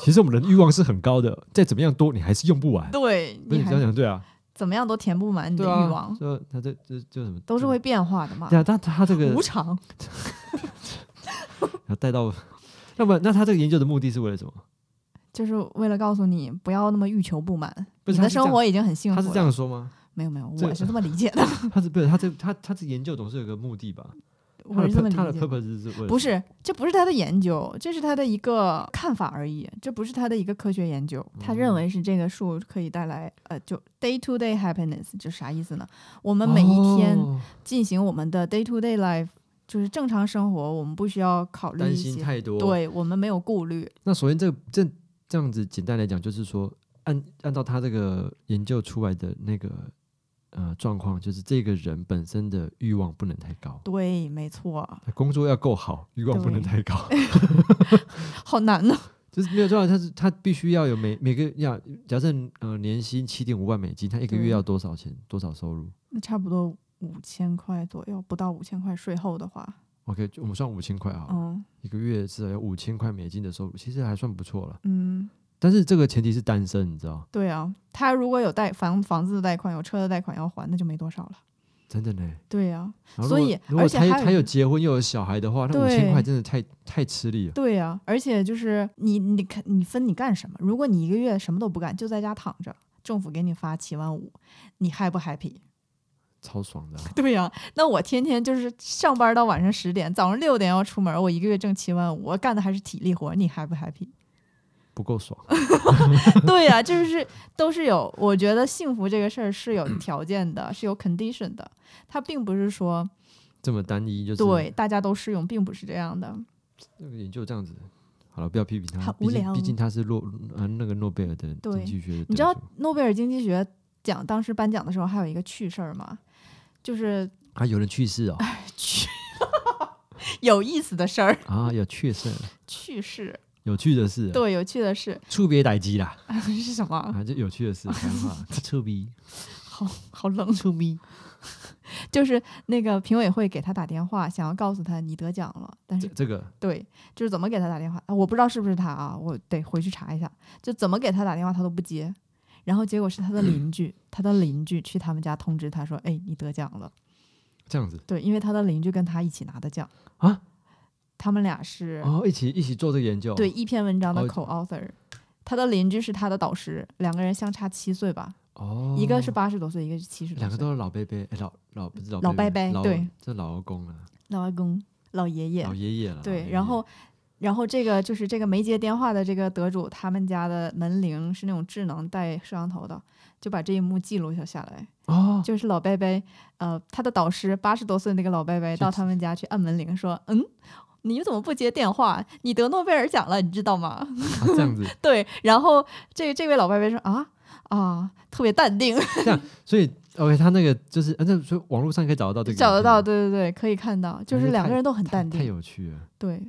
B: 其实我们的欲望是很高的，再怎么样多你还是用不完。
A: 对，
B: 不
A: 你
B: 是你
A: 还
B: 这样讲对啊，
A: 怎么样都填不满你的
B: 对
A: 欲
B: 啊
A: 望，，
B: 这那这这这什么
A: 都是会变化的嘛
B: 对，啊，但他这个
A: 无常。
B: 要带到， 那么那他这个研究的目的是为了什么？
A: 就是为了告诉你不要那么欲求不满，
B: 不
A: 你
B: 是他
A: 的
B: 是这样
A: 生活已经很幸福
B: 他
A: 了。
B: 是这样说吗？
D: 没有没有，
B: 这
D: 我是这么理解的，
B: 他是不是他这他他这研究总是有个目的吧？
A: 我
B: 他的
A: 是这么
B: pur- 他
A: 理解
B: 的
A: 的。
B: purpose 是为了
A: 不是，这不是他的研究，这是他的一个看法而已，这不是他的一个科学研究。他认
B: 嗯
A: 为是这个数可以带来呃，就 day to day happiness，就啥意思呢？我们每一天
B: 哦
A: 进行我们的 day to day life，就是正常生活，我们不需要考虑
B: 担
A: 一
B: 心
A: 些，
B: 太多。，
A: 对我们没有顾虑。
B: 那首先这个这这样子简单来讲，就是说按按照他这个研究出来的那个呃状况，就是这个人本身的欲望不能太高，
A: 对，没错，
B: 工作要够好，欲望不能
A: 对
B: 太高。
A: 好难啊呢。
B: 就是没有多少，他是他必须要有每每个要，假设呃年薪七点五万美金，他一个月
A: 对
B: 要多少钱？多少收入
A: 那差不多五千块左右，不到五千块税后的话，
B: ？OK，就我们算五千块啊，
A: 嗯
B: 一个月至少有五千块美金的收入，其实还算不错了。
A: 嗯，
B: 但是这个前提是单身，你知道？
A: 对啊，他如果有贷房房子的贷款，有车的贷款要还，那就没多少了。
B: 真的呢。
A: 对啊呀、
B: 然后如
A: 所
B: 果
A: 以
B: 如果
A: 而且
B: 他有
A: 还有
B: 他有结婚又有小孩的话，那五千
A: 对
B: 块真的太太吃力了。
A: 对呀、而且就是你你看你分你干什么？如果你一个月什么都不干，就在家躺着，政府给你发七万五，你 happy 不 happy？
B: 超爽的啊、
A: 对呀、那我天天就是上班到晚上十点，早上六点要出门，我一个月挣七万五，我干的还是体力活，你 happy 不 happy？
B: 不够爽。啊
A: 对呀、就是都是有，我觉得幸福这个事儿是有条件的，是有 condition 的，它并不是说
B: 这么单一，就是
A: 对大家都适用，并不是这样的。
B: 那个研究这样子。好了，不要批评他，
A: 好
B: 毕
A: 无
B: 竟
A: 聊
B: 毕竟他是诺呃那个诺贝尔的
A: 对
B: 经济学的得主。
A: 你知道诺贝尔经济学奖当时颁奖的时候还有一个趣事儿吗？就是
B: 啊？有人去 世哦
A: 趣 有意思的事儿，
B: 啊，有去世，
A: 趣事
B: 有趣的事。啊
A: 对哦有趣的事哎
B: 触别逮鸡啦，
A: 是什么？
B: 啊，就有趣 的事，讲话，触逼，
A: 好好冷。
B: 触逼，
A: 就是那个评委会给他打电话，想要告诉他你得奖了，但
B: 这
A: 是
B: 这个
A: 对，就是怎么给他打电话，啊我不知道是不是他啊，我得回去查一下，就怎么给他打电话他都不接，然后结果是他的 邻居，他的邻居去他们家通知他说，哎，你得奖了，
B: 这样子
A: 对，因为他的邻居跟他一起拿的奖
B: 啊，
A: 他们俩是、
B: 哦，一起一起做这个研究，
A: 对一篇文章的
B: 哦
A: co-author，、他的邻居是他的导师，两个人相差七岁吧，
B: 哦，
A: 一个是八十多岁，一个是七十多岁，
B: 两个都是老伯伯，哎，老老不是老
A: 老伯
B: 伯
A: 伯
B: 老
A: 对，
B: 这老阿公了，
A: 老阿公、老爷爷、
B: 老爷爷了，老爷
A: 对，
B: 爷
A: 然后，然后这个就是这个没接电话的这个得主，他们家的门铃是那种智能带摄像头的，就把这一幕记录下下来。
B: 哦，
A: 就是老伯伯，呃，他的导师八十多岁那个老伯伯
B: 就
A: 到他们家去按门铃，说：“嗯，你怎么不接电话？你得诺贝尔奖了，你知道吗
B: 啊这样子，？”
A: 对，然后这这位老伯伯说：“啊啊，特别淡定，
B: 所以 OK，他那个就是，啊那所以网络上可以找得到这个，
A: 找得到，，对对对，可以看到，就
B: 那
A: 是
B: 就
A: 两
B: 嗯哎太
A: 个人都很
B: 太
A: 淡定
B: 太，有嗯趣了，
A: 对，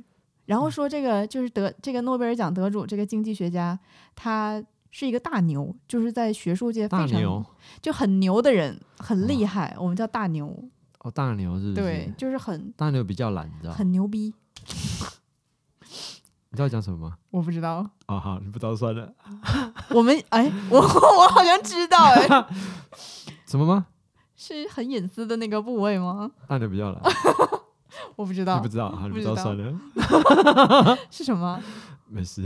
A: 然后说这个就是得这个诺贝尔奖得主这个经济学家，他是一个大牛，就是在学术界
B: 大
A: 非
B: 牛
A: 常就很牛的人，很厉害，我们叫大牛，
B: 哦，大牛是不是，
A: 对，，就是很
B: 大牛比较懒，你知道，
A: 很牛逼。
B: 你知道讲什么吗？
A: 我不知道，
B: 啊好，你不知道算了，
A: 我们 哎，我我好像知道哎，
B: 什么吗？
A: 是很隐私的那个部位吗？
B: 大牛比较懒，
A: 我不知
B: 你
A: 道
B: 不知道，好，你
A: 不
B: 不知
A: 知
B: 道
A: 道
B: 算 了，
A: 是什么
B: 没 事。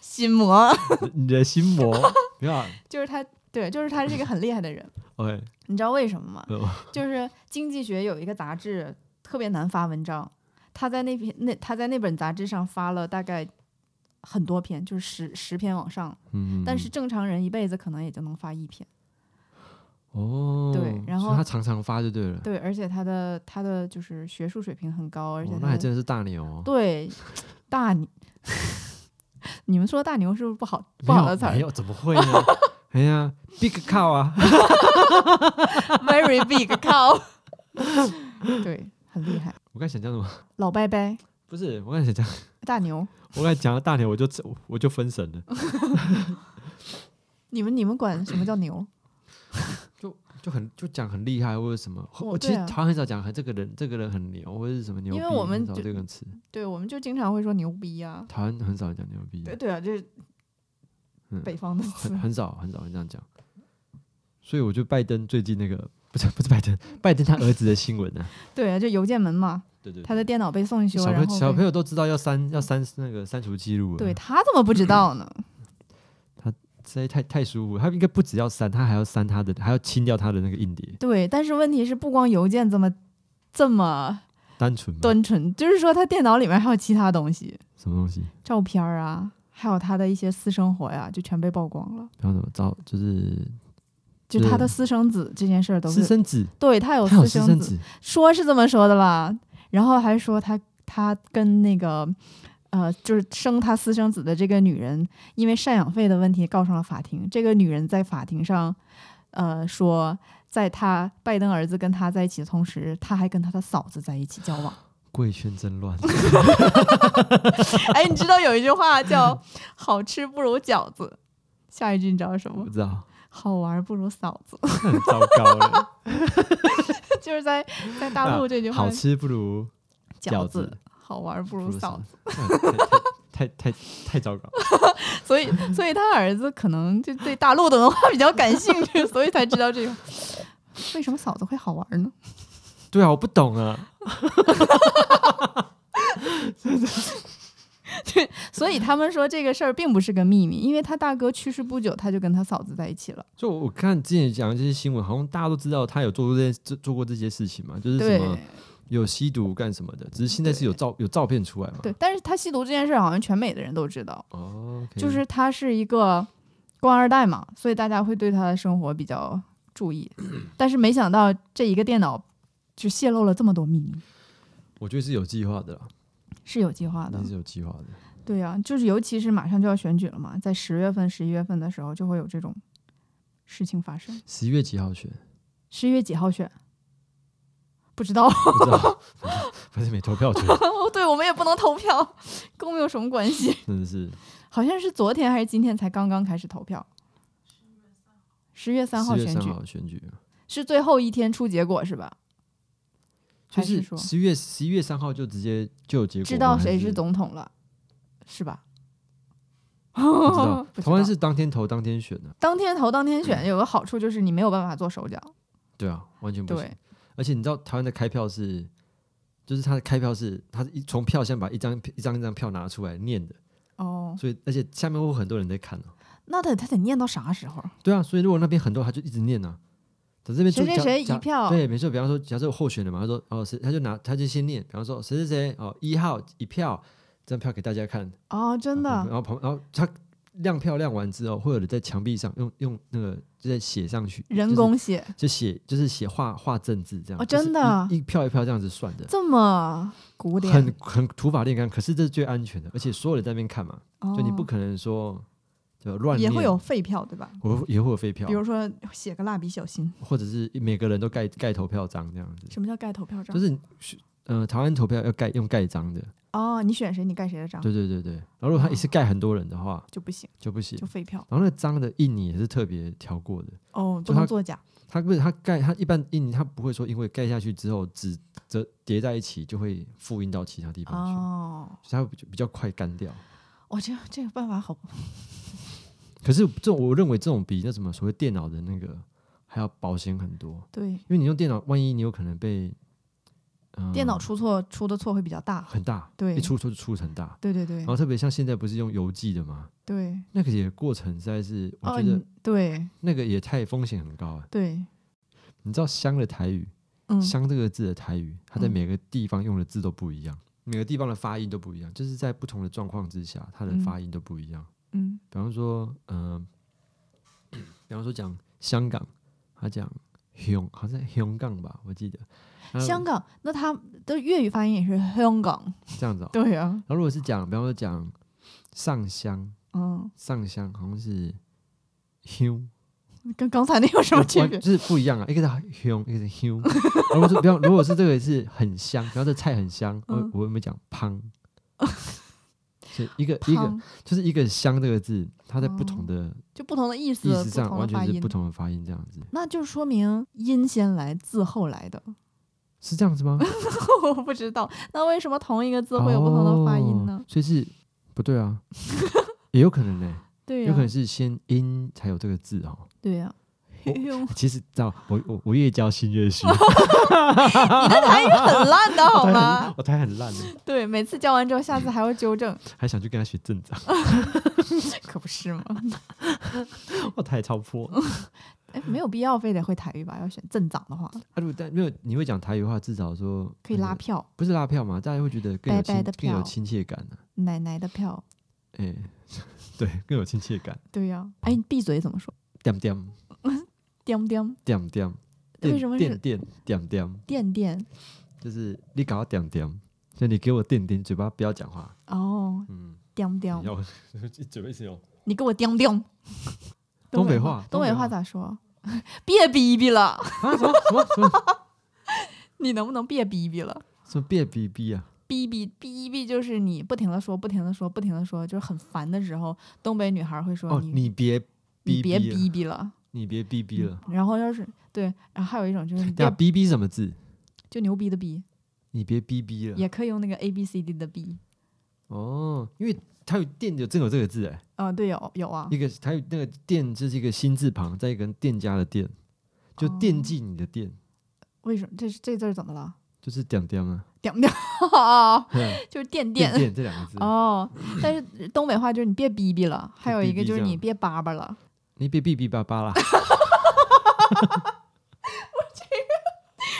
A: 心魔，
B: 你的心魔，不要
A: 就是他，对，就是他是一个很厉害的 人。
B: OK，
A: 你知道为什么吗？
B: 呃
A: 就是经济学有一个杂志特别难发文章，他在那篇那他在那本杂志上发了大概很多篇，就是十十篇往上，
B: 嗯，
A: 但是正常人一辈子可能也就能发一篇。
B: 哦，
A: 对然
B: 所以
A: 后
B: 他常常发就对了，
A: 对，而且他的他的就是学术水平很高，而且
B: 哦
A: 他、
B: 那还真的是大牛哦，
A: 对大牛， 你们说大牛是不是不好不
B: 没有
A: 好的词儿
B: 没有，怎么会呢？ 哎呀，Big Cow 啊，
A: ？Very big cow，对，很厉害，
B: 我刚才想讲什么？
A: 老拜拜，
B: 不是，我刚才想讲，
A: 大牛，
B: 我刚才讲到大牛，我就我就分神了，
A: 你们你们管什么叫牛？
B: 就就很就讲很厉害或者什么，我其实
A: 对啊
B: 台湾很少讲这个人这个人很牛或者是什么牛逼，
A: 因为我们
B: 很少
A: 就
B: 这个词，
A: 对，我们就经常会说牛逼呀、
B: 台湾很少讲牛逼，
A: 对对啊，这是
B: 嗯
A: 北方的词
B: 很。很少很少会这样讲，所以我觉得拜登最近那个。不是不是拜登，拜登他儿子的新闻呢、
A: 对啊，这邮件门嘛，
B: 对对，
A: 他的电脑被送修，
B: 小朋
A: 然
B: 友
A: 后
B: 小朋
A: 友
B: 友都知道要删要删那个删除记录了，啊
A: 对他怎么不知道呢？
B: 实在太太舒服。他应该不只要删，他还要删他的，还要清掉他的那个硬碟，
A: 对，但是问题是，不光邮件这么这
B: 嗯
A: 么
B: 单纯嘛
A: đơn纯，就是说他电脑里面还有其他东西，
B: 什么东西？
A: 照片儿啊，还有他的一些私生活呀、就全被曝光了。
B: 然后怎么着？就是
A: 就他的私生子这件事儿都
B: 私
A: 是，
B: 生子，
A: 对他有
B: 他有
A: 私
B: 私
A: 生
B: 生
A: 子，
B: 子，
A: 说是这么说的啦，然后还说他他跟那个呃，就是生他私生子的这个女人，因为赡养费的问题告上了法庭。这个女人在法庭上，呃，说在他拜登儿子跟他在一起的同时，他还跟他的嫂子在一起交往。
B: 贵圈真乱。
A: 哎，你知道有一句话叫 “好吃不如饺子”，下一句你知道是什么
B: 不？知道，
A: 好玩不如嫂子，
B: 很糟糕了。
A: 就是在在大陆这句话，
B: 好吃不如饺
A: 饺子
B: 子
A: 好玩不
B: 不
A: 如
B: 如
A: 嫂子。
B: 子， 嗯太太太太太糟糕。
A: 所以，所以他儿子可能就对大陆的文化比较感兴趣， 所以才知道这个。为什么嫂子会好玩呢？
B: 对啊，我不懂啊。
A: 所以他们说这个事儿并不是个秘密，因为他大哥去世不久，他就跟他嫂子在一起了。
B: 就我看之前讲的这些新闻，好像大家都知道他有做过这些做做过这些事情嘛，就是什
A: 对
B: 么有吸毒干什么的，只是现在是有照有照片出来嘛。
A: 对，但是他吸毒这件事儿好像全美的人都知道，
B: 哦，OK，
A: 就是他是一个官二代嘛，所以大家会对他的生活比较注意。
B: 嗯
A: 但是没想到这一个电脑就泄露了这么多秘密，
B: 我觉得是有计划的啦，
A: 是有计划的
B: 一定。是有计划的。
A: 对呀、就是尤其是马上就要选举了嘛，在十月份、十一月份的时候，就会有这种事情发生。
B: 十一月几号选？
A: 十一月几号选？不知道，
B: 不知道， 反正没投票权，
A: 对我们也不能投票，跟我们有什么关系？
B: 真的是
A: 好像是昨天还是今天才刚刚开始投票。十月三号
B: 十月
A: 选
B: 三
A: 举
B: 号选举，
A: 是最后一天出结果是吧？
B: 就
A: 还是
B: 是
A: 说
B: 十月十一月三号就直接就有结果吗，
A: 知道谁
B: 还
A: 是
B: 是
A: 总统了，是吧？不
B: 不知道
A: 知
B: 台湾
A: 道
B: 是当天投当天选的，
A: 当天投当天选，有个好处就是你没有办法做手脚。
B: 对啊，完全不行
A: 对。
B: 而且你知道台湾的开票是，就是他的开票是，他是一从票箱把一张一张一张票拿出来念的，
A: 哦，
B: 所以而且下面会有很多人在看啊。
A: 那得他得念到啥时候？
B: 对啊，所以如果那边很多，他就一直念啊。在这边
A: 谁
B: 就
A: 谁
B: 假
A: 谁
B: 假
A: 一票
B: 对，没错。比方说，假设有候选人嘛，他说哦谁，他就拿他就先念，比方说谁谁谁哦一号一票，这张票给大家看，
A: 哦，真的
B: 然后旁然后他亮票亮完之后，会有人在墙壁上用用那个就在写上去，
A: 人工写
B: 就是就写就是写画画政治这样，
A: 哦
B: 就是
A: 真的
B: 一一票一票这样子算的，
A: 这么古典，
B: 很很土法炼钢，可是这是最安全的，而且所有人在那边看嘛，
A: 哦
B: 就你不可能说就乱
A: 也
B: 念，
A: 会有废票对吧？
B: 我也会有废票
A: 比，如说写个蜡笔小新，
B: 或者是每个人都盖盖投票章这样子，
A: 什么叫盖投票章？
B: 就是嗯、呃台湾投票要盖用盖章的，
A: 哦，你选谁你盖谁的章
B: 对对对对，然后如果他一次盖很多人的话
A: 就不行，
B: 就不行
A: 哦就，废票
B: 然后那个章的印泥也是特别调过的。
A: 哦，
B: 就
A: 不
B: 他
A: 能作假。
B: 它不是它盖，它一般印泥它不会说因为盖下去之后纸折叠在一起就会复印到其他地方去，
A: 哦，
B: 所以它比比较快干掉。
A: 我这这个办法好，
B: 可是这种我认为这种比那什么所谓电脑的那个还要保险很多，
A: 对，
B: 因为你用电脑，万一你有可能被、呃
A: 电脑出错出的错会比较大。
B: 很大，
A: 对
B: 一出错就出很大。
A: 对对对
B: 然后特别像现在不是用邮寄的吗？
A: 对，
B: 那个也过程实在是，我
A: 哦，
B: 觉
A: 你
B: 得
A: 对
B: 那个也太风险很高啊！
A: 对，
B: 你知道“香”的台语
A: 嗯，
B: 香这个字的台语，它在
A: 嗯
B: 每个地方用的字都不一样，每个地方的发音都不一样，就是在不同的状况之下，它的
A: 嗯
B: 发音都不一样。
A: 嗯
B: 比方说，嗯、 比方说讲香港，他讲香，好像香港吧，我记得。然后
A: 香港，那他的粤语发音也是香港，
B: 这样子、哦。
A: 对啊呀，
B: 然后如果是讲，比方说讲上香，
A: 嗯，
B: 上香好像是香，
A: 跟刚才那有什么区
B: 完
A: 别？
B: 就是不一样啊，一个是香，一个是香。然后是比方，如果是这个是很香，然后这菜很香，
A: 嗯
B: 我我有没有讲 胖？是一个一个
A: 胖
B: 就是一个香这个字，它在不同的
A: 就不同的意思
B: 意，思
A: 不
B: 上
A: 同
B: 完
A: 的发
B: 全是
A: 音
B: 不，同的发音，这样子
A: 那就说明音先来字后来的，
B: 是这样 子吗？
A: 我不知道。那为什么同一个字会有不同的发音呢
B: 哦？所以是不 对啊，也有可能呢、
A: 对啊
B: 有
A: 呀、
B: 可能是先音才有这个字哦。
A: 对呀、用，你
B: 其实知道，我我我越教心越虚，
A: 的台语很烂的 好吗？
B: 我台很烂的，
A: 对，每次教完之后，下次还要纠正，
B: 还想去跟他学正长，
A: 可不是吗？
B: 我台超破。
A: 哎，没有必要非得会台语吧？要选正长的话，
B: 啊，如果但没有你会讲台语的话，至少说
A: 可以拉
B: 呃
A: 票，
B: 不是拉票嘛，大家会觉得更有
A: 白白
B: 亲
A: 的
B: 更有
A: 票
B: 亲切感呢、啊。
A: 奶奶的票，
B: 哎、 对，更有亲切感。
A: 对呀、哎，你闭嘴怎么说？
B: 点点
A: 颠颠
B: 点点，
A: 为
B: 电
A: 什么是
B: 电电点点？
A: 垫垫
B: 就是你搞我点点，就你给我点点，嘴巴不要讲话。
A: 哦，
B: 嗯，
A: 颠颠
B: 你，要嘴巴一直有
A: 你给我颠 颠。
B: 东北
A: 话
B: 话，
A: 东
B: 北
A: 北话咋说？别逼逼了，
B: 啊？什么什么什么
A: 你能不能别逼逼了？
B: 什么别逼逼啊？
A: 逼逼逼逼就是你不停的说，不停的说，不停的说，就是很烦的时候，东北女孩会说、
B: 哦，
A: 啊你
B: 你别
A: 你
B: 逼
A: 别
B: 逼了，
A: 逼逼了。嗯
B: 你别逼逼了。
A: 然后要是对，然后还有一种 就是你
B: 对啊，
A: 别
B: 逼逼什么字？
A: 就牛逼的逼，
B: 你别逼逼了。
A: 也可以用那个 A B C D 的逼。
B: 哦，因为它有电有真有这个字哎，
A: 啊、对，有有啊，
B: 一个它有那个店，这是一个心字旁，再一个店家的店，就
A: 哦
B: 惦记你的店，
A: 为什么这这字儿怎么了？
B: 就是点点啊，
A: 点不点？哦，
B: 嗯
A: 就是垫
B: 店
A: 垫。
B: 店这两个字。
A: 哦，但是东北话就是你别逼逼了，还有一
B: 逼
A: 个
B: 逼
A: 就是
B: 这样
A: 你别叭叭了。
B: 你别逼逼巴 巴啦，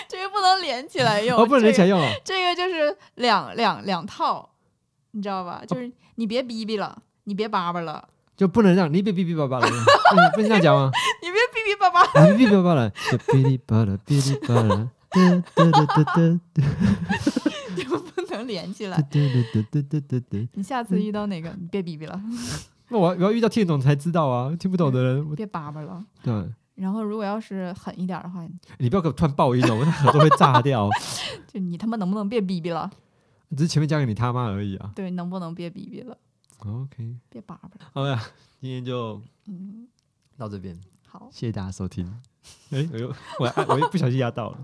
A: 这个不能连起 来用，
B: 哦，不能
A: 这
B: 连起来
A: 个
B: 用哦。
A: 这个就是两两两套，你知道
B: 哦
A: 吧？就是你别逼逼了，你别叭叭 了，
B: 就不能让你别哔哔叭叭了， 嗯不能这样讲吗？
A: 你别逼逼叭叭。
B: 啊哔哔叭叭了，就哔哩吧啦，哔哩吧啦，哒哒哒哒哒
A: 就不能连起
B: 哒
A: 来。
B: 哒哒哒哒哒哒。
A: 你下次遇到哪个，你别逼逼了，
B: 那我要我要遇到听得懂才知道啊，听不懂的人，我
A: 别叭叭了。
B: 对吧，
A: 然后如果要是狠一点的话，
B: 你不要给我突然爆音哦，我的耳朵会炸掉。
A: 就你他妈能不能别逼逼了？
B: 只是前面讲给你他妈而已啊。
A: 对，能不能别逼逼了？
B: OK，
A: 别叭叭了。
B: 好呀，今天就
A: 嗯，
B: 到这边，
A: 好，
B: 谢谢大家收听。哎，我又我按我又不小心压到了。